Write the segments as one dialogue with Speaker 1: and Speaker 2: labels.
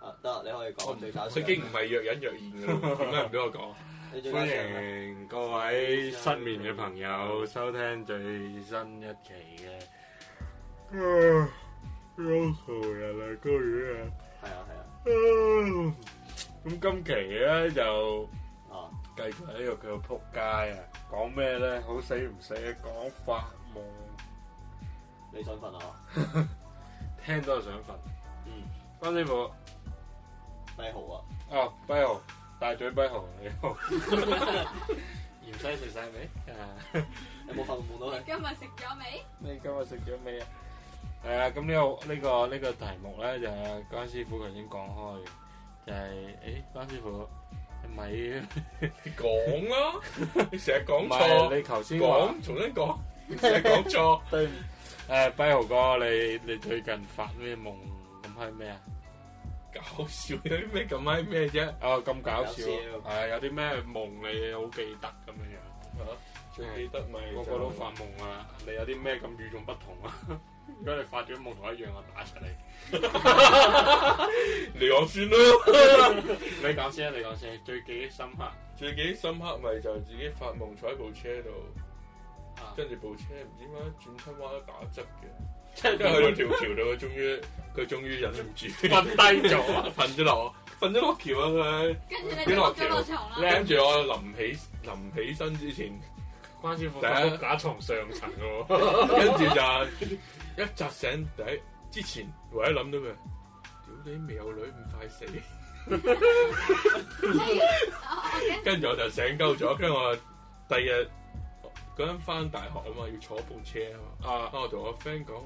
Speaker 1: 啊得，你可以
Speaker 2: 哦
Speaker 1: 講最搞笑。
Speaker 3: 佢已經唔係若隱若現㗎啦，點解唔俾我講？
Speaker 1: 你最搞
Speaker 2: 歡
Speaker 1: 笑係咩
Speaker 2: 迎各位失眠嘅朋友收聽最新一期嘅《啊 Local 人類公園》啊！
Speaker 1: 係啊係啊，
Speaker 2: 啊咁今期咧就
Speaker 1: 哦
Speaker 2: 繼續喺度叫撲街啊！講咩咧？好死唔死嘅講發夢，
Speaker 1: 你想瞓啊？
Speaker 2: 聽到就想瞓。
Speaker 1: 嗯，
Speaker 2: 關師傅
Speaker 1: 咩好啊？
Speaker 2: 啊，跛豪，大嘴跛豪，你好。芫西食晒未？啊！
Speaker 1: 有冇發夢夢到佢？
Speaker 4: 今日食咗未？
Speaker 2: 你今日食咗未啊？係啊，咁呢、個呢、個呢、個題目咧就係、關師傅頭先講開嘅，就係、誒關師傅，你咪
Speaker 3: 你講啦，你成日講
Speaker 2: 唔係
Speaker 3: 錯，
Speaker 2: 你頭先話
Speaker 3: 講重新講，你成日講錯。
Speaker 2: 對唔誒跛豪哥，你你最近發咩夢？咁係咩啊？
Speaker 3: 搞笑有啲咩咁閪咩啫？
Speaker 2: 哦，咁搞
Speaker 1: 搞
Speaker 2: 笑，
Speaker 1: 笑
Speaker 2: 係啊有啲咩夢你好記得咁樣樣？
Speaker 3: 最記得咪
Speaker 2: 個個都發夢啊！你有啲咩咁與眾不同啊？ 如果你發咗夢同我一樣，我打出嚟。
Speaker 3: 你講先啦。
Speaker 2: 你講先啊，你講先，最記憶深刻啊！
Speaker 3: 最記憶深刻咪就自己發夢坐喺部車度，
Speaker 2: 啊
Speaker 3: 跟住部車唔知點解轉親彎都打側嘅，
Speaker 2: 即係
Speaker 3: 跟住去到條橋度，佢終於佢終於忍唔住
Speaker 2: 瞓低咗啊！
Speaker 3: 瞓咗落瞓咗落橋啊佢。
Speaker 4: 跟住你就落咗落床啦。
Speaker 3: 跟住我臨起臨起身之前，
Speaker 2: 關師傅
Speaker 3: 第一
Speaker 2: 瞓屋架床上層嘅喎，
Speaker 3: 跟住就 一扎醒第一之前，唯一諗到佢，屌你未有女咁快死，
Speaker 4: 啊
Speaker 3: 跟住我就醒鳩咗，跟住我第二日嗰陣翻大學啊嘛，要坐部車啊嘛，
Speaker 2: 啊，
Speaker 3: 我同我 friend 講。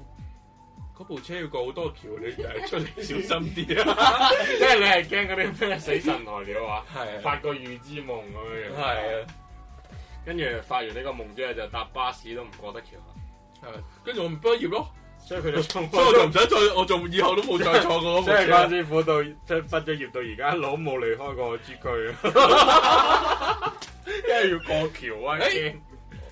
Speaker 3: 嗰部車要過好多橋，你 誒出嚟小心啲啊！
Speaker 2: 即係你係驚嗰啲咩死神來了啊，
Speaker 3: 係啊，
Speaker 2: 發個預知夢咁樣樣，
Speaker 3: 係啊，
Speaker 2: 跟住發完呢個夢之後就搭巴士都唔過得橋啦，
Speaker 3: 係啊跟住我唔畢業咯，
Speaker 2: 所以佢就從
Speaker 3: 所以我就唔想再，我仲以後都冇再坐過嗰部
Speaker 2: 所 以關
Speaker 3: 車。
Speaker 2: 師傅到即係畢咗業到而家，老冇離開過珠區，因為要過橋啊，驚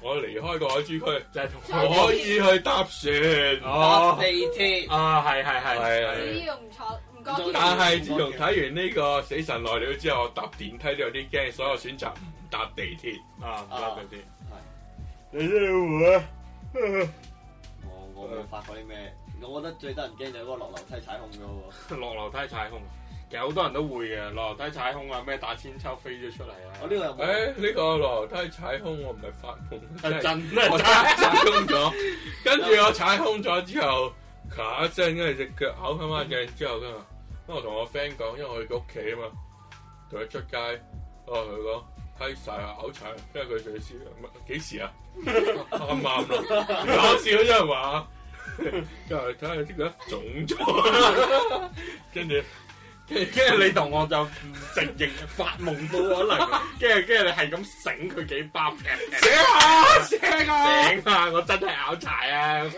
Speaker 3: 我離開過海珠區。
Speaker 2: 就係同
Speaker 4: 我
Speaker 3: 可以去搭船，
Speaker 1: 搭
Speaker 2: 哦
Speaker 1: 地鐵。
Speaker 2: 啊，係係
Speaker 3: 係啊
Speaker 2: 係
Speaker 4: 只
Speaker 2: 係，
Speaker 4: 要唔坐唔過橋，
Speaker 3: 但係自從睇完呢個《死神來了》之後，我搭電梯都有啲驚，所以我選擇唔搭地鐵。
Speaker 2: 啊唔得嗰啲，你真啊！
Speaker 1: 我我冇發過啲咩，我覺得最得人驚就係嗰個落樓梯踩空咗喎。
Speaker 2: 落樓梯踩空，其實好多人都會嘅，落樓梯踩空啊，咩打千秋飛咗出嚟
Speaker 1: 我
Speaker 2: 啊，
Speaker 1: 呢個又
Speaker 3: 誒、
Speaker 1: 冇，
Speaker 3: 呢個落樓梯踩空，我唔係發夢，
Speaker 2: Ờ,
Speaker 3: 真係
Speaker 2: 真係
Speaker 3: 我
Speaker 2: 真
Speaker 3: 踩踩空咗。跟住我踩空咗之後，咔一聲，跟住只腳拗翻翻正之後噶嘛。咁我同我 friend 講，因為我去佢屋企啊嘛，同佢出街，我同佢講。閪晒啊！拗柴，跟住佢就笑乜幾時啊？啱啱咯，搞笑真係話。跟住睇下呢個腫咗，
Speaker 2: 跟
Speaker 3: 跟住
Speaker 2: 住跟住你同我就唔承認發夢冇可能，跟住跟住你係咁醒佢幾包劈劈
Speaker 3: 醒下醒下。
Speaker 2: 醒啊！我真係拗柴啊！
Speaker 4: 唔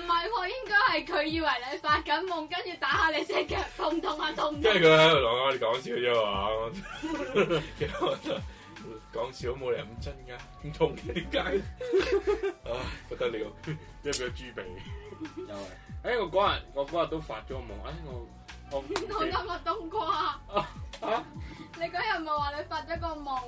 Speaker 4: 係喎，應該係佢以為你發緊夢，跟住打下你隻腳，痛痛啊痛
Speaker 3: 因
Speaker 4: 痛
Speaker 3: 為。佢喺度講我哋講笑啫嘛，其實我就講笑冇理由咁真㗎，唔同嘅 點解？唉，不得了！
Speaker 2: 一俾豬鼻。
Speaker 1: 有啊，
Speaker 2: 誒，哎我嗰日我嗰日都發咗個夢，誒哎我我唔哦記
Speaker 4: 痛多個冬瓜。
Speaker 2: 啊
Speaker 4: 你嗰日咪話你發咗個夢，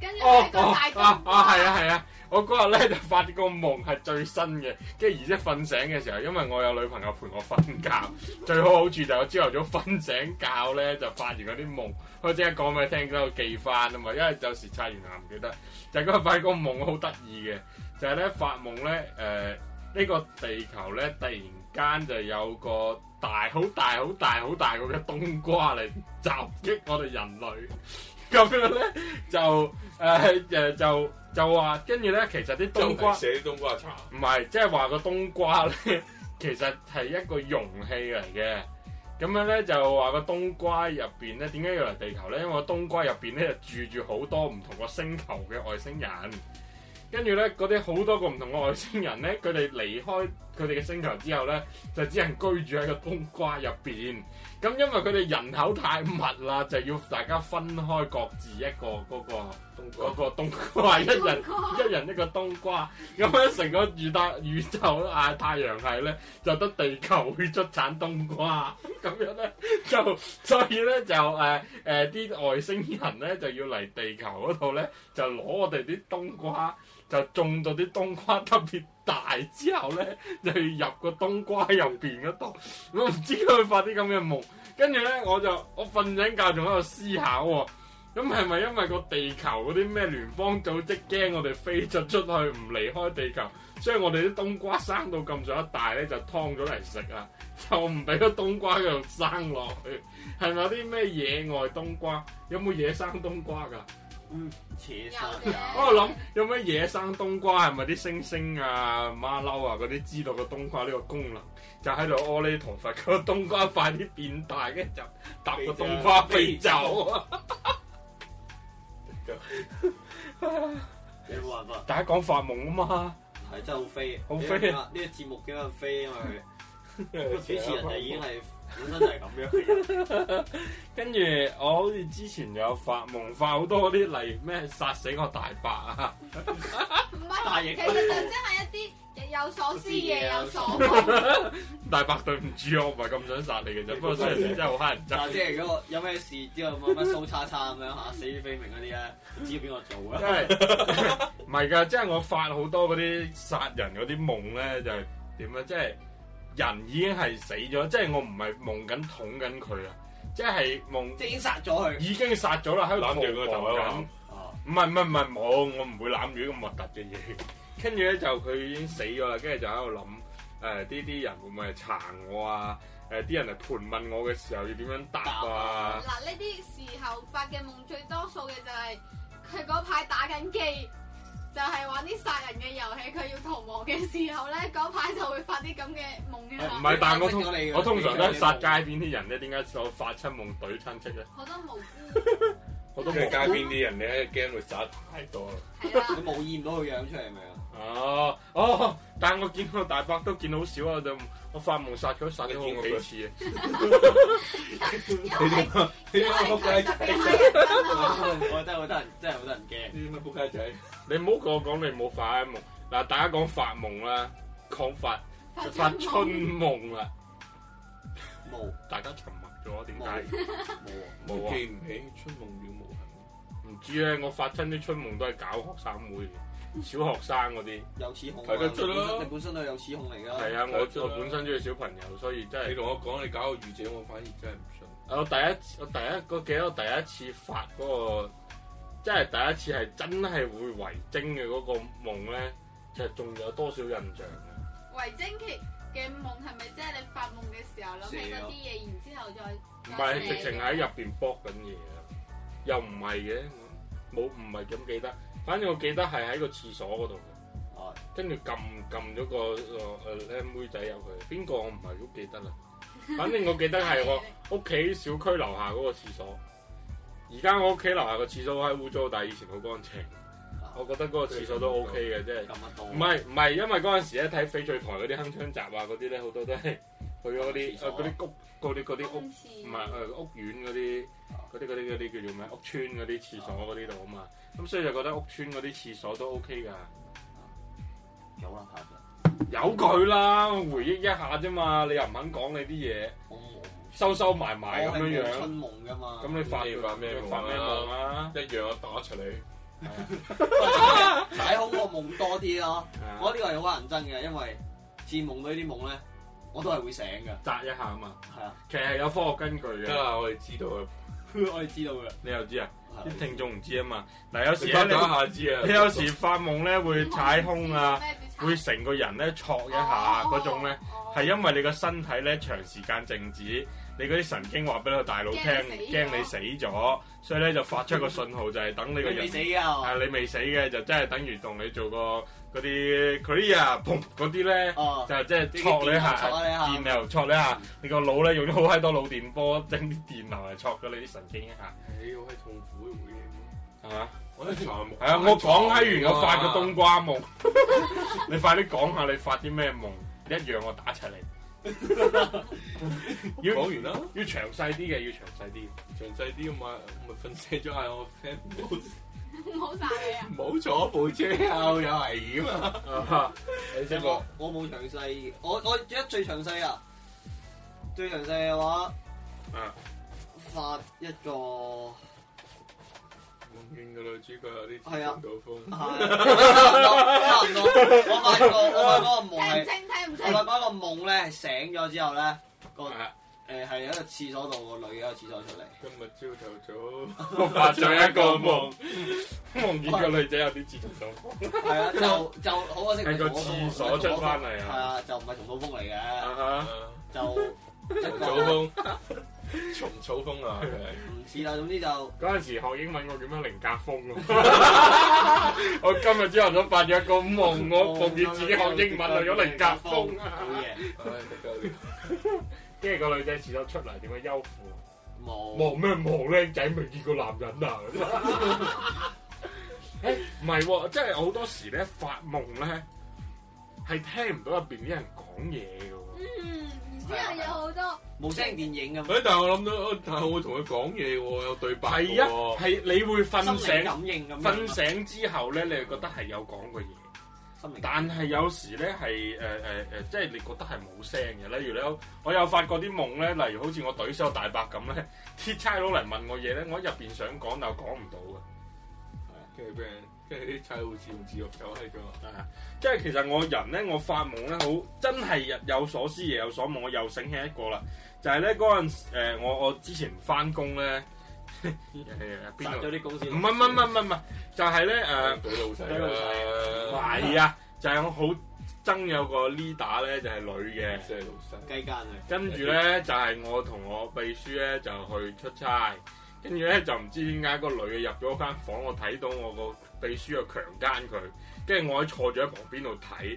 Speaker 4: 跟住
Speaker 2: 哦
Speaker 4: 喺個
Speaker 2: 哦
Speaker 4: 大
Speaker 2: 啊
Speaker 4: 冬
Speaker 2: 啊係
Speaker 4: 瓜，
Speaker 2: 啊係啊！我嗰日咧就發個夢係最新嘅，跟住而且瞓醒嘅時候，因為我有女朋友陪我瞓覺，最好好處就係我朝頭早瞓醒覺咧就發完嗰啲夢，我即刻講俾佢聽，等我記翻啊嘛，因為有時刷完牙唔記得。就係嗰日發個夢好得意嘅，就係咧發夢咧誒。呢個地球咧，突然間就有個大好大好大好大個嘅冬瓜嚟襲擊我哋人類，咁樣咧就誒誒、呃就就話，跟住咧其實啲
Speaker 3: 周
Speaker 2: 冬瓜
Speaker 3: 圍寫冬瓜茶，
Speaker 2: 唔係，即係話個冬瓜咧， 其實係一個容器嚟嘅。咁樣咧就話個冬瓜入邊咧，點解要嚟地球咧？因為個冬瓜入邊咧就住住好多唔同個星球嘅外星人。跟住咧，嗰啲好多個唔同嘅外星人咧，佢哋離開佢哋嘅星球之後咧，就只能居住喺個冬瓜入邊。咁因為佢哋人口太密啦，就要大家分開各自一個嗰個
Speaker 3: 冬
Speaker 2: 嗰
Speaker 3: 瓜。
Speaker 2: 個冬瓜一人
Speaker 4: 瓜
Speaker 2: 一人一個冬瓜，咁樣成個宇宙宇宙啊太陽系咧，就得地球會出產冬瓜，咁樣咧就所以咧就誒誒啲外星人咧就要嚟地球嗰度咧，就攞我哋啲冬瓜，就種到啲冬瓜特別大之後咧，就要入個冬瓜入邊嗰度，我唔知佢發啲咁嘅夢，跟住咧我就我瞓醒覺仲喺度思考喎。咁係咪因為個地球嗰啲咩聯邦組織驚我哋飛咗出去唔離開地球，所以我哋啲冬瓜生到咁上一大咧就劏咗嚟食啊， 就唔俾個冬瓜繼續生落去。係咪有啲咩野外冬瓜？有冇野生冬瓜㗎？
Speaker 1: 嗯扯
Speaker 4: 有
Speaker 1: 生
Speaker 4: 嘅
Speaker 1: 有
Speaker 2: 我諗有咩野生冬瓜係咪啲猩猩啊、馬騮啊嗰啲知道個冬瓜呢個功能，就喺度阿彌陀佛，個冬瓜快啲變大，跟住就搭個冬瓜飛走啊！
Speaker 1: 你冇辦法，
Speaker 2: 大家講發夢啊嘛〜
Speaker 1: 係真係好飛，
Speaker 2: 好飛
Speaker 1: 啊！呢個節目點樣飛，因為佢啊
Speaker 2: 啊
Speaker 1: 個主持人就已經係本身就係咁樣嘅人，
Speaker 2: 跟住我好似之前有發夢，發好多嗰啲例如咩殺死我大伯啊，
Speaker 4: 唔
Speaker 1: 大
Speaker 4: 係，
Speaker 1: 型
Speaker 4: 其實就真係一啲日有所思夜有所夢。
Speaker 2: 大伯對唔住我唔係咁想殺你嘅啫，不過雖然 你真係好乞人
Speaker 1: 嗱，
Speaker 2: 憎，
Speaker 1: 即係如果有咩事之後乜乜蘇叉叉咁樣嚇，死於非命嗰啲咧，知邊個做
Speaker 2: 因
Speaker 1: 啊？
Speaker 2: 為唔係㗎，即係我發好多嗰啲殺人嗰啲夢咧，就係點啊咧，即係人已經係死咗，即係我唔係夢緊捅緊佢啊，即係夢
Speaker 1: 即係已經殺咗佢。
Speaker 2: 已經殺咗啦，喺度
Speaker 3: 攬住佢個頭
Speaker 2: 逃亡
Speaker 3: 喺
Speaker 2: 緊
Speaker 3: 度
Speaker 1: 哦，
Speaker 2: 唔係唔係唔係冇，我唔會攬住啲咁核突嘅嘢。跟住咧就佢已經死咗啦，跟住就喺度諗誒呢啲人會唔會係撐我啊？誒、啲人嚟盤問我嘅時候要點樣答
Speaker 1: 答
Speaker 2: 啊
Speaker 1: 啊？
Speaker 4: 嗱，呢啲時候發嘅夢最多數嘅就係佢嗰排打緊機，就係玩啲殺人嘅遊戲，佢要逃亡嘅時候咧，嗰排就會發啲咁嘅夢嘅
Speaker 2: 唔
Speaker 4: 啦。
Speaker 2: 係，但係我通
Speaker 1: 你嘅
Speaker 2: 我通常都係殺街邊啲人咧，點解我發親夢對親戚咧？
Speaker 4: 好多無辜
Speaker 2: 我 都
Speaker 3: 即
Speaker 2: 冇
Speaker 3: 係街邊啲人咧，驚會殺太多啦。
Speaker 4: 係啦
Speaker 1: 你，冇驗到佢樣出嚟未啊？
Speaker 2: 哦哦，但係我見到大伯都見好少啊，我就我發夢殺佢殺咗
Speaker 3: 你見
Speaker 2: 好
Speaker 3: 過
Speaker 2: 幾
Speaker 3: 佢
Speaker 2: 次啊！
Speaker 3: 你
Speaker 4: 因為因為
Speaker 3: 個
Speaker 4: 佢
Speaker 3: 撲
Speaker 4: 特
Speaker 3: 街
Speaker 4: 別係人
Speaker 1: 我覺得好多人真係好多人驚。
Speaker 3: 啲乜撲街仔？
Speaker 2: 你唔好同我講你冇發夢，嗱大家講發夢啦，講發發
Speaker 4: 發
Speaker 2: 春夢啦。
Speaker 1: 冇
Speaker 2: 大家沉默咗，點
Speaker 1: 冇
Speaker 2: 解？
Speaker 1: 冇啊！
Speaker 2: 冇啊！
Speaker 3: 記唔起春夢了無痕。
Speaker 2: 唔知咧，我發親啲春夢都係搞學生會嘅，小學生嗰啲。
Speaker 1: 有齒控啊，
Speaker 3: 睇得出啦
Speaker 1: 你本身都有齒控嚟㗎。
Speaker 2: 係啊，
Speaker 3: 睇出
Speaker 2: 我
Speaker 3: 啦
Speaker 2: 我本身中意小朋友，所以真
Speaker 3: 你
Speaker 2: 係
Speaker 3: 同我講你搞個御姐，我反而真係唔信。
Speaker 2: 我第一我第一個記得我第一次發嗰、個，即係第一次係真係會圍精嘅嗰個夢咧，其實仲有多少印象啊嘅？
Speaker 4: 維晶期嘅夢係咪即係你發夢嘅時候諗起嗰啲嘢，然之後再
Speaker 2: 唔係
Speaker 4: 再
Speaker 2: 直情喺入邊搏緊嘢啊，又唔係嘅，冇唔係咁記得。反正我記得係喺個廁所嗰度嘅。
Speaker 1: 哦，
Speaker 2: 跟住撳撳咗個誒僆妹仔入去，邊個我唔係好記得啦。 反正我記得係我屋企小區樓下嗰個廁所。而家我屋企樓下個廁所係污糟，但係以前好乾淨。
Speaker 1: 啊
Speaker 2: 我覺得嗰個廁所都 OK 嘅，即係
Speaker 1: 哎咁啊乜多？
Speaker 2: 唔係唔係，因為嗰陣時咧睇翡翠台嗰啲鏗鏘集啊嗰啲咧，好多都係去咗嗰啲
Speaker 1: 廁所
Speaker 2: 誒嗰啲屋嗰啲嗰啲屋
Speaker 4: 公廁
Speaker 2: 唔係誒屋苑嗰啲嗰啲嗰啲嗰啲叫做咩屋村嗰啲廁所嗰啲度啊嘛，咁所以就覺得屋村嗰啲廁所都 OK 㗎。
Speaker 1: 有啦，拍咗。
Speaker 2: 有佢啦，回憶一下啫嘛，你又唔肯講你啲嘢，
Speaker 1: 我冇，
Speaker 2: 收收埋埋
Speaker 1: 我
Speaker 2: 咁
Speaker 1: 係
Speaker 2: 樣
Speaker 1: 冇
Speaker 2: 樣，
Speaker 1: 春夢㗎嘛。
Speaker 2: 咁你發
Speaker 3: 你發咩夢啊
Speaker 2: 你發咩夢啊？
Speaker 3: 一樣啊，打出嚟。
Speaker 1: 睇好個夢多啲咯。
Speaker 2: 我
Speaker 1: 我呢個係好難真嘅，因為似夢到呢啲夢咧，我都係會醒㗎。
Speaker 2: 擲一下啊嘛，
Speaker 1: 係啊，
Speaker 2: 其實係有科學根據
Speaker 3: 得
Speaker 2: 嘅，
Speaker 3: 啦，我哋知道啊。
Speaker 1: 我哋知道㗎。
Speaker 2: 你又知啊？
Speaker 1: 係
Speaker 2: 啲聽眾唔知啊嘛。嗱，有時
Speaker 3: 你
Speaker 2: 咧
Speaker 3: 打打
Speaker 2: 你
Speaker 3: 下知啊。
Speaker 2: 你有時發夢咧會踩空啊，，會成個人咧挫一下嗰種咧，係因為你個身體咧長時間靜止，你嗰啲神經話俾你個大腦聽
Speaker 4: 驚你，死咗
Speaker 2: 驚你死咗，所以咧就發出一個信號，就係等你
Speaker 1: 你
Speaker 2: 個人
Speaker 1: 未死㗎？
Speaker 2: 啊
Speaker 1: 哦
Speaker 2: 係你未死嘅，就真係等於同你做個嗰啲 clear 砰嗰啲咧，
Speaker 1: 哦，
Speaker 2: 就即係啊戳你下，電
Speaker 1: 你下。
Speaker 2: 流戳你下，你個腦咧用咗好閪多腦電波整啲電流嚟戳咗你啲神經一下，
Speaker 3: 你好係痛苦嘅回憶。
Speaker 2: 係嘛？
Speaker 3: 我啲床
Speaker 2: 係啊，我講閪完我發個冬瓜夢， 你快啲講下你發啲咩夢，一樣我打出嚟。要
Speaker 3: 講完啦，
Speaker 2: 要詳細啲嘅，要詳細啲。
Speaker 3: 啊 詳細啲咁咪咪瞓醒咗嗌我 friend
Speaker 4: 唔好殺你啊！
Speaker 3: 唔好坐部車後有危險啊！
Speaker 2: 啊你
Speaker 1: 即
Speaker 2: 識
Speaker 1: 係
Speaker 2: 我
Speaker 1: 我我冇詳細，我我記得最詳細啊，最詳細嘅話，
Speaker 3: 啊
Speaker 1: 發一個
Speaker 3: 永遠嘅女主角有啲
Speaker 1: 係啊
Speaker 3: 到風。
Speaker 1: 係差唔多，差唔多，我發個我發嗰個夢
Speaker 4: 聽唔
Speaker 1: 係，
Speaker 4: 清，聽唔
Speaker 1: 我發
Speaker 4: 清。
Speaker 1: 嗰個夢咧係醒咗之後咧，個
Speaker 3: 啊
Speaker 1: 誒係喺個廁所度個女喺個廁所出嚟，
Speaker 3: 今日朝頭 早
Speaker 2: 我發咗一個夢，夢見個女仔有啲似同到
Speaker 1: 係啊，就就好可惜唔係
Speaker 2: 喺個
Speaker 1: 同我
Speaker 2: 廁所出翻嚟
Speaker 1: 係
Speaker 2: 啊！
Speaker 1: 啊，就唔係同土風嚟嘅，
Speaker 2: 啊
Speaker 3: 啊，
Speaker 1: 就
Speaker 3: 蟲草風， 蟲草風啊！
Speaker 1: 唔似啦，總之就。
Speaker 2: 嗰陣時學英文我叫咩凌格風咯， 我今日朝頭早發咗一個夢，我夢見自己學英文去咗凌格風
Speaker 1: 好
Speaker 2: 啊！
Speaker 1: 嘢，
Speaker 3: 唉，得夠了
Speaker 2: 跟住個女仔廁所出嚟點解休褲？
Speaker 1: 冇
Speaker 2: 望咩望僆仔未見過男人 啊！誒唔係喎，即係好多時咧發夢咧係聽唔到入邊啲人講嘢嘅喎。
Speaker 4: 嗯，然之後有 好多
Speaker 1: 冇聲電影咁，
Speaker 3: 唉，但係我諗到，啊但係我會同佢講嘢喎，有對白
Speaker 2: 係
Speaker 3: 嘅
Speaker 2: 啊，
Speaker 3: 喎。
Speaker 2: 係你會瞓
Speaker 1: 心靈
Speaker 2: 醒，
Speaker 1: 感應咁樣。
Speaker 2: 瞓醒之後咧，你係覺得係有講過嘢，
Speaker 1: 心靈感
Speaker 2: 但係有時咧係誒誒誒，即係你覺得係冇聲嘅。例如你有我有發過啲夢咧，例如好似我懟手大伯咁咧，啲差佬嚟問我嘢咧，我喺入邊想講但係講唔到嘅。
Speaker 3: 跟住俾人，跟住啲差佬自動自辱走係咗。
Speaker 2: 啊！即係其實我人咧，我發夢咧，好真係日有所思夜有所夢。我又醒起一個啦，就係咧嗰陣時誒我我之前翻工 咧，誒
Speaker 1: 殺
Speaker 2: 邊度
Speaker 1: 咗？啲公司。
Speaker 2: 唔係唔係唔係唔係，就係咧誒
Speaker 3: 俾老細
Speaker 1: 俾老
Speaker 2: 唔
Speaker 1: 細
Speaker 3: 啦，
Speaker 2: 係啊，就係我好憎有個 leader 咧，就係女嘅。
Speaker 3: 即係老細。
Speaker 1: 雞奸啊！
Speaker 2: 跟住咧就係、我同我秘書咧就去出差，跟住咧就唔知點解個女嘅入咗間房，我睇到我個秘書又強姦佢，跟住我喺坐咗喺旁邊度睇。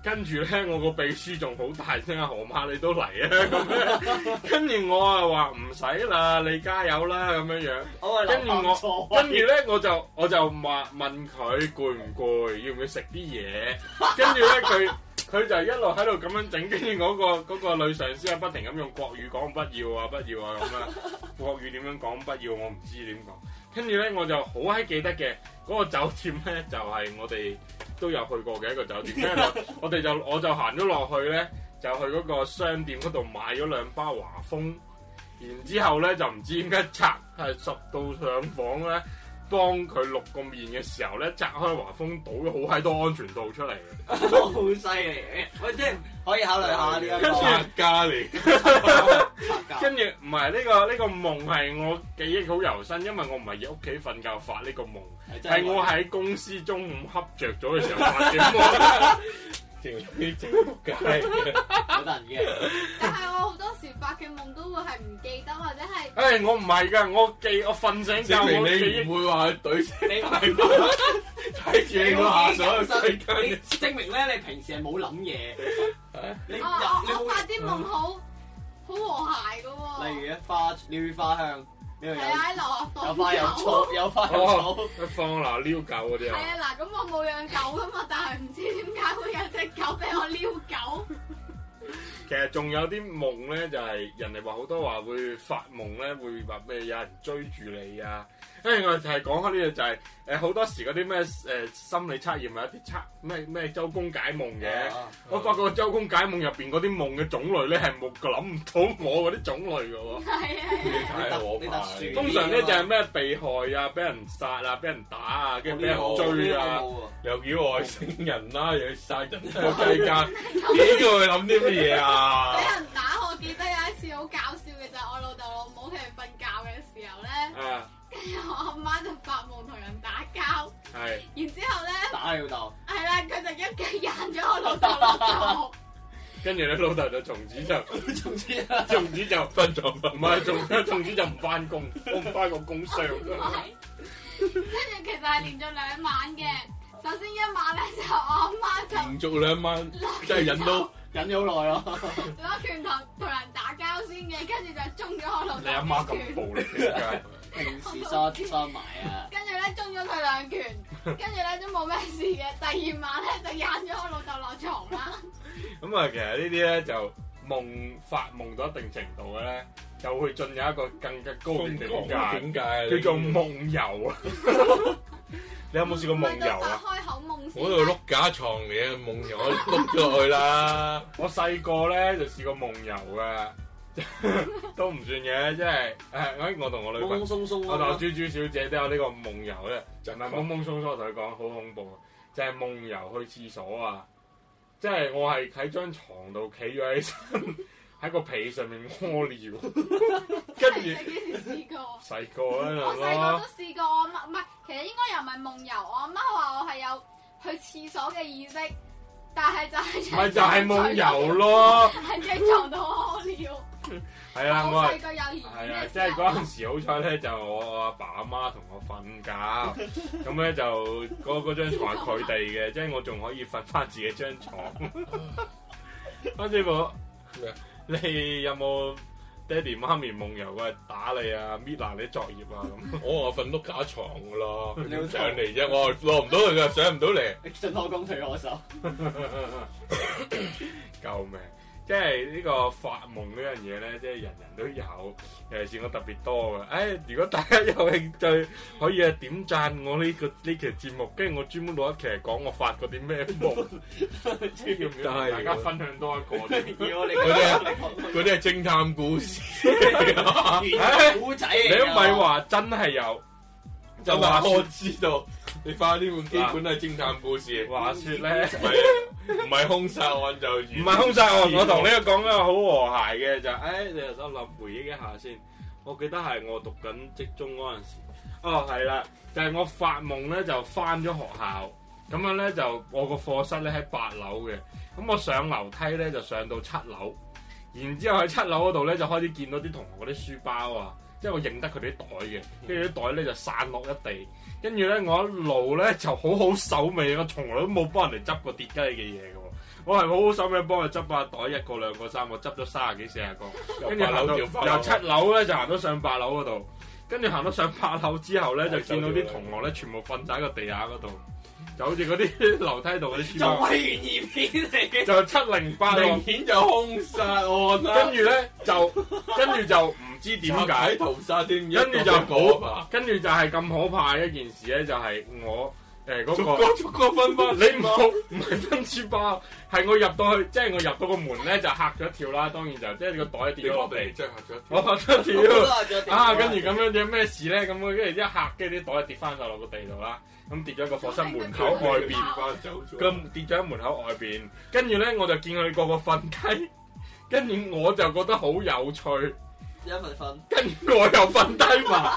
Speaker 2: 跟住咧，我個秘書仲好大聲啊！河馬你都嚟啊！咁樣，跟住我啊話唔使啦，你加油啦咁樣樣。
Speaker 1: 我話
Speaker 2: 跟住我
Speaker 1: 我
Speaker 2: 跟住咧，我就我就話問佢攰唔攰，要唔要食啲嘢？跟住咧，佢佢就一路喺度咁樣整，跟住嗰個嗰個女上司啊，不停咁用國語講不要啊，不要啊咁啦。國語點樣講不要，我唔知點講。跟住咧，我就好閪記得嘅嗰、個酒店咧，就係、我哋都有去過嘅一個酒店。跟住我我哋就我就行咗落去咧，就去嗰個商店嗰度買咗兩包華豐。然之後咧就唔知點解拆係十度上房咧，幫佢錄個面嘅時候咧，拆開華豐倒咗好閪多安全套出嚟嘅。
Speaker 1: 好犀利，喂，即係可以考慮下呢一
Speaker 2: 跟住
Speaker 1: 個
Speaker 3: 家 嚟，
Speaker 1: 插架。
Speaker 2: 跟住唔係呢個呢、個夢係我記憶好猶新，因為我唔係喺屋企瞓覺發呢個夢，係我喺公司中午恰着咗嘅時候發嘅夢。
Speaker 3: 條啲整仆街。
Speaker 1: 好得人嘅，
Speaker 4: 但係我好多時發嘅夢都會係唔記得，或者係
Speaker 2: 唉、我唔係㗎，我記我瞓醒覺
Speaker 3: 證明
Speaker 2: 我記憶
Speaker 3: 你唔會話懟死
Speaker 1: 你
Speaker 3: 大哥，睇住你個下手去推
Speaker 1: 你
Speaker 3: 跟。
Speaker 1: 證明咧，你平時係冇諗嘢，你
Speaker 4: 我
Speaker 1: 入
Speaker 4: 我
Speaker 1: 你
Speaker 4: 我發啲夢好好和諧嘅
Speaker 1: 冇，
Speaker 4: 喎。
Speaker 1: 例如咧花鳥語花香，呢度有
Speaker 4: 係啊，喺樓下
Speaker 1: 有
Speaker 4: 放
Speaker 1: 花有
Speaker 4: 狗。
Speaker 1: 草，有花有草，
Speaker 2: 放嗱撩狗嗰啲
Speaker 4: 係
Speaker 2: 啊。
Speaker 4: 啊，嗱，咁我冇養狗噶嘛，但係唔知點解會有隻狗俾我撩狗。
Speaker 2: 其實仲有啲夢咧，就係、人哋話好多話會發夢咧，會話咩有人追住你啊。跟住我就係講開呢個就係誒好多時嗰啲咩誒心理測驗咪有啲測咩咩周公解夢嘅。
Speaker 1: 啊
Speaker 2: 我發覺周公解夢入邊嗰啲夢嘅種類咧係冇諗唔到我嗰啲種類嘅喎。
Speaker 4: 係啊，
Speaker 3: 太可怕啦
Speaker 1: 你特
Speaker 2: 通常咧就係咩被害啊、俾人殺啊、俾人打啊、跟住俾人追啊，
Speaker 3: 又叫外星人啦，又要殺人喺個雞間，呢個佢諗啲乜嘢
Speaker 4: 俾
Speaker 3: 啊？
Speaker 4: 人打，我記得有一次好搞笑嘅就係我老豆老母佢哋瞓覺嘅時候咧，
Speaker 2: 啊
Speaker 4: 跟住我阿媽就發夢同人打交，
Speaker 2: 係
Speaker 4: 然之後咧
Speaker 1: 打你老豆，
Speaker 4: 係啦，佢就一腳引咗我老豆老母，
Speaker 2: 跟住你老豆就從此就
Speaker 1: 總之啊，
Speaker 2: 從此就唔
Speaker 3: 分咗分，
Speaker 2: 係從從此就唔翻工，我唔翻個工商。
Speaker 4: 唔係，跟住其實係連咗兩晚嘅。首先一晚咧就我阿媽就
Speaker 3: 連續兩晚
Speaker 4: 攞
Speaker 3: 真係忍到
Speaker 1: 忍咗好耐咯。
Speaker 4: 攞拳頭同人打交先嘅，跟住就中咗我老豆
Speaker 2: 你阿媽
Speaker 4: 一
Speaker 2: 咁
Speaker 4: 拳，
Speaker 2: 暴力嘅解？
Speaker 1: 平時收收埋啊，
Speaker 4: 跟住咧中咗佢兩拳，跟住咧都冇咩事嘅。第二晚咧就引咗我老豆落床啦，
Speaker 2: 咁啊，其實呢啲咧就夢發夢到一定程度嘅咧，就會進入一個更加高嘅境界，
Speaker 3: 點解
Speaker 2: 叫做夢遊啊！你有冇試過夢遊啊？
Speaker 4: 開口夢先
Speaker 3: 我喺度碌架床嚟啊，夢遊我碌咗落去啦。
Speaker 2: 我細個咧就試過夢遊嘅， 都唔算嘅，即係誒，我同我女朋友
Speaker 1: 懵懵鬆鬆
Speaker 2: 我同
Speaker 1: 啊，
Speaker 2: 豬豬小姐都有呢個夢遊咧，就
Speaker 3: 就
Speaker 2: 唔係懵懵鬆鬆，我同佢講好恐怖啊！就係、夢遊去廁所啊！即係我係喺張床度企咗起身， 喺個被上面屙 尿，跟住
Speaker 4: 你幾時試過？
Speaker 2: 細個嗰
Speaker 4: 我
Speaker 2: 陣
Speaker 4: 細個
Speaker 2: 咯
Speaker 4: 都，試過，我媽唔係，其實應該又唔係夢遊，我阿媽話我係有去廁所嘅意識，但係就係
Speaker 2: 咪就係夢遊，咯，
Speaker 4: 喺張床度屙尿。
Speaker 2: 係啊，我
Speaker 4: 我
Speaker 2: 係
Speaker 4: 細個幼兒
Speaker 2: 係啊
Speaker 4: 園，嘅
Speaker 2: 即係
Speaker 4: 時候
Speaker 2: 嗰陣時好彩咧，就我阿爸阿媽同我瞓覺，咁咧就嗰嗰張床係佢哋嘅，即係我仲可以瞓翻自己張床。阿師傅
Speaker 3: 咩，啊
Speaker 2: 你有冇爹哋媽咪夢遊過打你啊、搣爛你作業啊咁？
Speaker 3: 我話瞓碌架床 噶咯，
Speaker 1: 你好
Speaker 3: 上嚟啫，我話落唔到去噶，上唔到嚟。
Speaker 1: 你進可攻退可守，
Speaker 2: 救命！即係呢個發夢呢樣嘢咧，即係人人都有，尤其是我特別多嘅。誒、啊如果大家有興趣，可以啊點贊我呢、個呢期節目，跟住我專門攞一期嚟講我發過啲咩夢，要唔要同大家分享多一個
Speaker 1: 要
Speaker 2: 添？
Speaker 1: 你
Speaker 3: 嗰
Speaker 1: 啲
Speaker 3: 嗰啲係偵探 故事，
Speaker 1: 啲古仔嚟㗎
Speaker 2: 啊你都唔係話真係有，就
Speaker 3: 就
Speaker 2: 話
Speaker 3: 話我
Speaker 2: 説
Speaker 3: 知道。你翻呢本基本都係偵探故事，唔
Speaker 2: 話説咧。
Speaker 3: 係唔係兇殺案就
Speaker 2: 唔係兇殺案，我同呢個講咧啊好和諧嘅就，誒、你又想諗回憶一下先。我記得係我讀緊職中嗰陣時，哦係啦，就係、我發夢咧就翻咗學校，咁樣咧就我個課室咧喺八樓嘅，咁我上樓梯咧就上到七樓，然之後喺七樓嗰度咧就開始見到啲同學嗰啲書包啊，即係我認得佢哋啲袋嘅，跟住啲袋咧就散落一地，跟住咧我一路咧就好好手尾，我從來都冇幫人哋執過跌雞嘅嘢嘅喎。我係好好手尾幫佢執下袋，一個兩個三個，執咗三十幾四十個，
Speaker 3: 由
Speaker 2: 跟住
Speaker 3: 八
Speaker 2: 行
Speaker 3: 樓
Speaker 2: 到
Speaker 3: 掉翻落
Speaker 2: 由七樓咧就行到上八樓嗰度，跟住行到上八樓之後咧就見到啲同學咧全部瞓晒喺個地下嗰度，就好似嗰啲 樓梯度嗰啲書
Speaker 1: 仲
Speaker 2: 包，
Speaker 1: 係懸疑片嚟嘅，
Speaker 2: 就七零八落
Speaker 3: 明，顯就兇殺案啦
Speaker 2: 跟。住咧就跟住就唔知點解。
Speaker 3: 集體屠殺添？
Speaker 2: 跟住就
Speaker 3: 好怕，
Speaker 2: 跟住就係咁可怕嘅一件事咧，就係我誒嗰、
Speaker 3: 逐
Speaker 2: 個。
Speaker 3: 個逐個分翻。
Speaker 2: 你唔好唔係分書包，係我入到去，即係我入到個門咧就嚇咗一跳啦。當然就即係你個袋
Speaker 3: 你
Speaker 2: 跌咗落
Speaker 3: 落
Speaker 2: 地
Speaker 3: 嚟，即係嚇咗一
Speaker 2: 我嚇咗一跳。
Speaker 1: 好啦
Speaker 2: 啊，跟住咁樣有咩事咧？咁我跟住一嚇，跟住啲袋跌翻晒落個地度啦。咁跌咗喺個課室門口外邊，
Speaker 3: 翻走咗。
Speaker 2: 咁跌咗喺門口外邊。跟住咧，我就見佢個個瞓低，跟住我就覺得好有趣。
Speaker 1: 一份瞓，
Speaker 2: 跟住我又瞓低埋，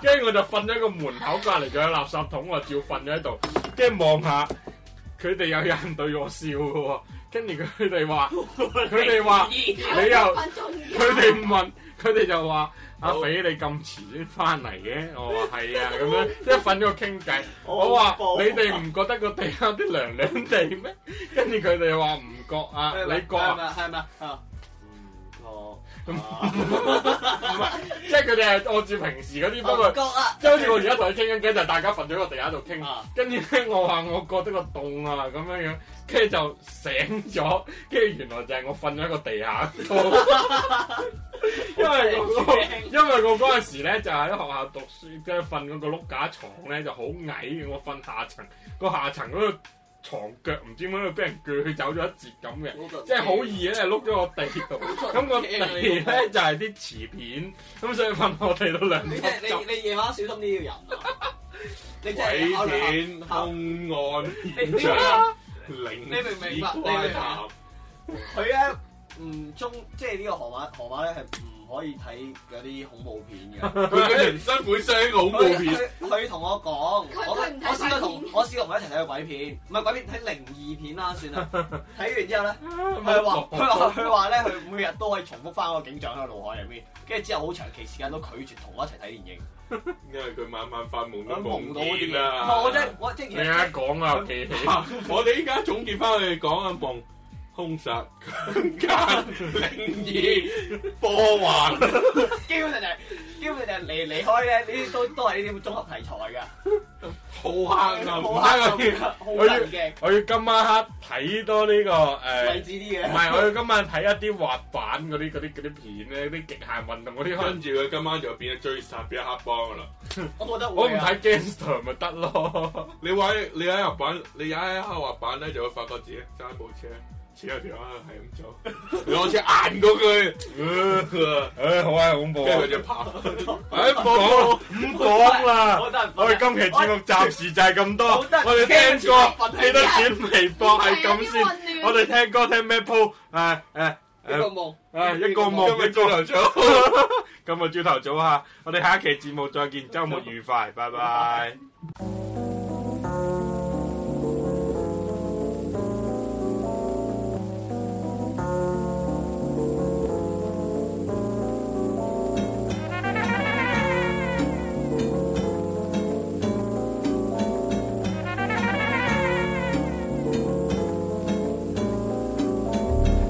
Speaker 2: 跟住我就瞓咗喺個門口隔離，仲有垃圾桶，我照瞓咗喺度，跟住望下佢哋有人對我笑嘅喎，跟住佢哋話，佢哋話你又，佢哋問，佢哋就話阿
Speaker 3: 好
Speaker 2: 肥你咁遲先翻嚟嘅，我話係啊，咁樣即係瞓咗個傾偈，我話你哋唔覺得個地下啲涼涼地咩？跟住佢哋話唔覺啊，你覺
Speaker 1: 係
Speaker 2: 啊？
Speaker 1: 咪係咪啊？唔覺啊，
Speaker 2: 即係佢哋係按照平時嗰啲，不過
Speaker 1: 唔。覺啊，
Speaker 2: 即係好似我而家同你傾緊偈，就係大家瞓咗個地下度傾，
Speaker 1: 啊，
Speaker 2: 跟住咧我話我覺得個凍啊咁樣樣，跟住就醒咗，跟住原來就係我瞓咗喺個地下度， 因為我因為我嗰陣時咧就喺學校讀書，跟住瞓嗰個碌架床咧就好矮，我瞓下層，個下層嗰個床腳唔知點解俾人鋸走咗一截咁嘅。即係好易咧，碌咗個地度，咁個地咧就係啲瓷片，咁所以瞓我地度兩
Speaker 1: 你
Speaker 2: 粒
Speaker 1: 即係
Speaker 2: 汁。
Speaker 1: 你你夜晚小心啲要人啊！ 你真係考
Speaker 3: 鬼
Speaker 1: 慮下
Speaker 3: 片、兇案、現
Speaker 1: 你
Speaker 3: 場、
Speaker 1: 你
Speaker 3: 靈
Speaker 1: 明唔明白
Speaker 3: 異
Speaker 1: 你明唔
Speaker 3: 怪
Speaker 1: 明
Speaker 3: 談
Speaker 1: 白，佢咧唔啊嗯中，即係呢個河馬河馬咧係唔可以睇嗰啲恐怖片嘅。
Speaker 3: 佢嘅人生本身係一個恐 怖
Speaker 1: 佢
Speaker 3: 片。
Speaker 1: 佢佢同我講，
Speaker 4: 佢
Speaker 1: 我
Speaker 4: 佢唔睇
Speaker 1: 我試過同
Speaker 4: 鬼片
Speaker 1: 我試過同佢一齊睇鬼片，唔係鬼片睇靈異片啦，算 啦。睇完之後咧，
Speaker 2: 佢
Speaker 1: 佢話佢話佢話咧，佢每日都可以重複翻個景象喺個腦海入面，跟住之後好長期時間都拒絕同我一齊睇電影，
Speaker 3: 因為佢晚晚發夢
Speaker 1: 我
Speaker 3: 都
Speaker 1: 夢到
Speaker 3: 夢
Speaker 1: 啲
Speaker 3: 見
Speaker 1: 嘢。唔
Speaker 3: 啦。
Speaker 1: 係我真係我即係其
Speaker 2: 你
Speaker 1: 實
Speaker 2: 啱講啊，我記起。
Speaker 3: 啊我哋依家總結翻我哋講嘅夢。兇殺、強奸、靈異、科幻，
Speaker 1: 基本上就係、基本上就係離離開咧，呢啲都都係呢啲綜合題材㗎。
Speaker 3: 好黑暗，唔
Speaker 1: 好
Speaker 3: 係
Speaker 1: 黑
Speaker 3: 我要
Speaker 1: 心好冷嘅，
Speaker 2: 我要今晚黑睇多呢、個誒。
Speaker 1: 勵志啲
Speaker 2: 唔
Speaker 1: 嘅。
Speaker 2: 係，我要今晚睇一啲滑板嗰啲嗰啲嗰啲片咧，啲極限運動嗰啲可能
Speaker 3: 跟住佢今晚就變咗追殺，變咗黑幫噶啦。
Speaker 1: 我覺得
Speaker 2: 我唔
Speaker 1: 會啊
Speaker 2: 睇 gangster 咪得 咯。
Speaker 3: 你玩你喺滑板，你踩喺滑板咧，就會發覺自己揸部車，扯有條啊，係咁走， 攞隻硬過佢，
Speaker 2: 唉、好啊，恐怖
Speaker 3: 跟住佢就跑。
Speaker 2: 唉，唔講啦，唔講啦。
Speaker 1: 我真係
Speaker 2: 我哋
Speaker 1: à?
Speaker 2: 今期節目暫時就係咁多，我哋聽歌，記得轉微博係啊咁先。我哋聽歌聽咩鋪？誒誒
Speaker 1: 一個夢，
Speaker 2: 誒，啊一個
Speaker 3: 今
Speaker 2: 夢，
Speaker 3: 日
Speaker 2: 一
Speaker 3: 朝
Speaker 2: 個
Speaker 3: 頭早。
Speaker 2: 今日朝頭早啊！我哋下一期節目再見，週末愉快，拜拜。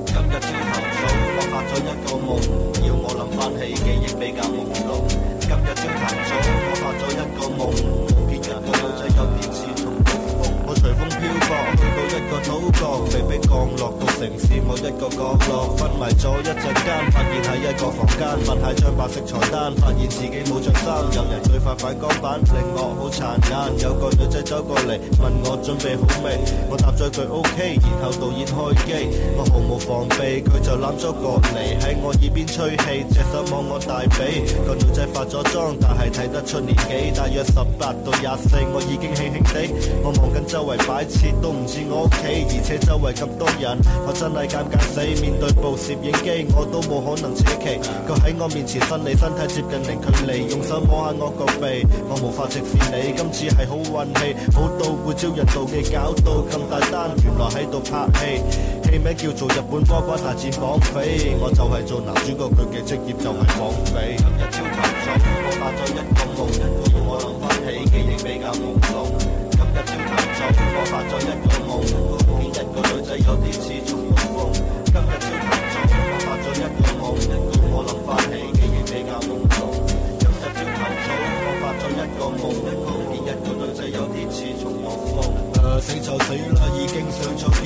Speaker 5: 今日朝頭早，我發咗一個夢，要我諗翻起記憶比較朦朧。今日朝頭早，我發咗一個夢，見一個女仔有啲似同暴風，我隨風飄過，去到一個島國，被迫降落到城市某一個角落，昏迷咗一陣間，發現喺一個房間，瞓喺張白色床單，發現自己冇着衫，有人對塊反光板，令我好殘眼。有個女仔走過嚟，問我準備好未，我答咗句 OK，然後導演開機。我毫無防備，佢就攬咗過嚟喺我耳邊吹氣，隻手摸我大髀。個女仔化咗妝，但係睇得出年紀，大約十八到廿四，我已經輕輕地。我望緊周圍擺設，都唔似我屋企，而且周圍咁多人，我真係尷尬死。面對部攝影機，我都冇可能扯旗。佢喺我面前伸你身體接近零距離，用手摸下我個鼻，我無法直視你。今次係好運氣，好到會招人妒忌，搞到咁大單，原來喺度拍戲。戲名叫做《日本波波大戰綁匪》，我就係做男主角，佢嘅職業就係綁匪。今日朝頭早，我發咗一個夢，要我諗翻起記憶比較朦朧。今日朝頭早，我發咗一個夢，見一個女仔有啲似重陸風。今日朝頭早，我發咗一個夢，要我諗翻起記憶比較朦朧。今日朝頭早，我發咗一個夢，見一個女仔有啲似重陸風。誒、死就死啦，已經上咗鏡，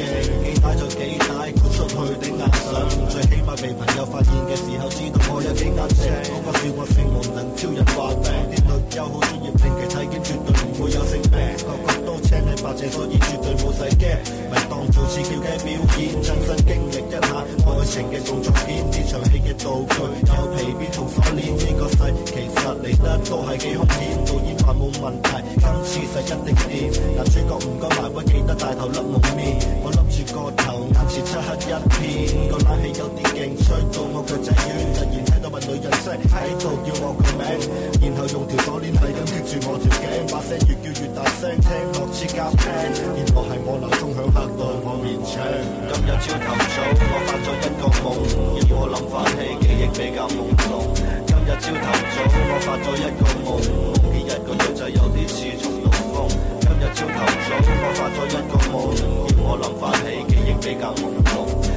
Speaker 5: 幾大就幾大，豁出去頂硬上。最起碼被朋友發現嘅時候，知道我有幾硬正。我個笑我性無能，超人話病。啲女優好專業，定期體檢絕對唔會有性病。個個都青靚白淨，所以絕對冇使驚。咪當做次叫嘅表演，親身經歷一下愛情嘅動作片。呢場戲嘅道具有皮鞭同鎖鏈，呢、個世其實嚟得都係幾兇險。導演話冇問題，今次實一定掂。男主角唔該埋位，記得戴頭笠蒙面。我笠住個頭，眼前漆黑一片，個冷氣有啲勁，吹到我腳仔軟。突然睇到個女人聲喺度叫我個名，然後用條鎖鏈係咁棘住我條頸，把聲越叫越大聲，聽落似夾 band。原來係我鬧鐘響嚇到我面青。今日朝頭早，我發咗一個夢，要我諗翻起記憶比較朦朧。今日朝頭早，我發咗一個夢，見一個女仔有啲似從龍風。今日朝頭早，我發咗一個夢，要我諗翻起記憶比較朦朧。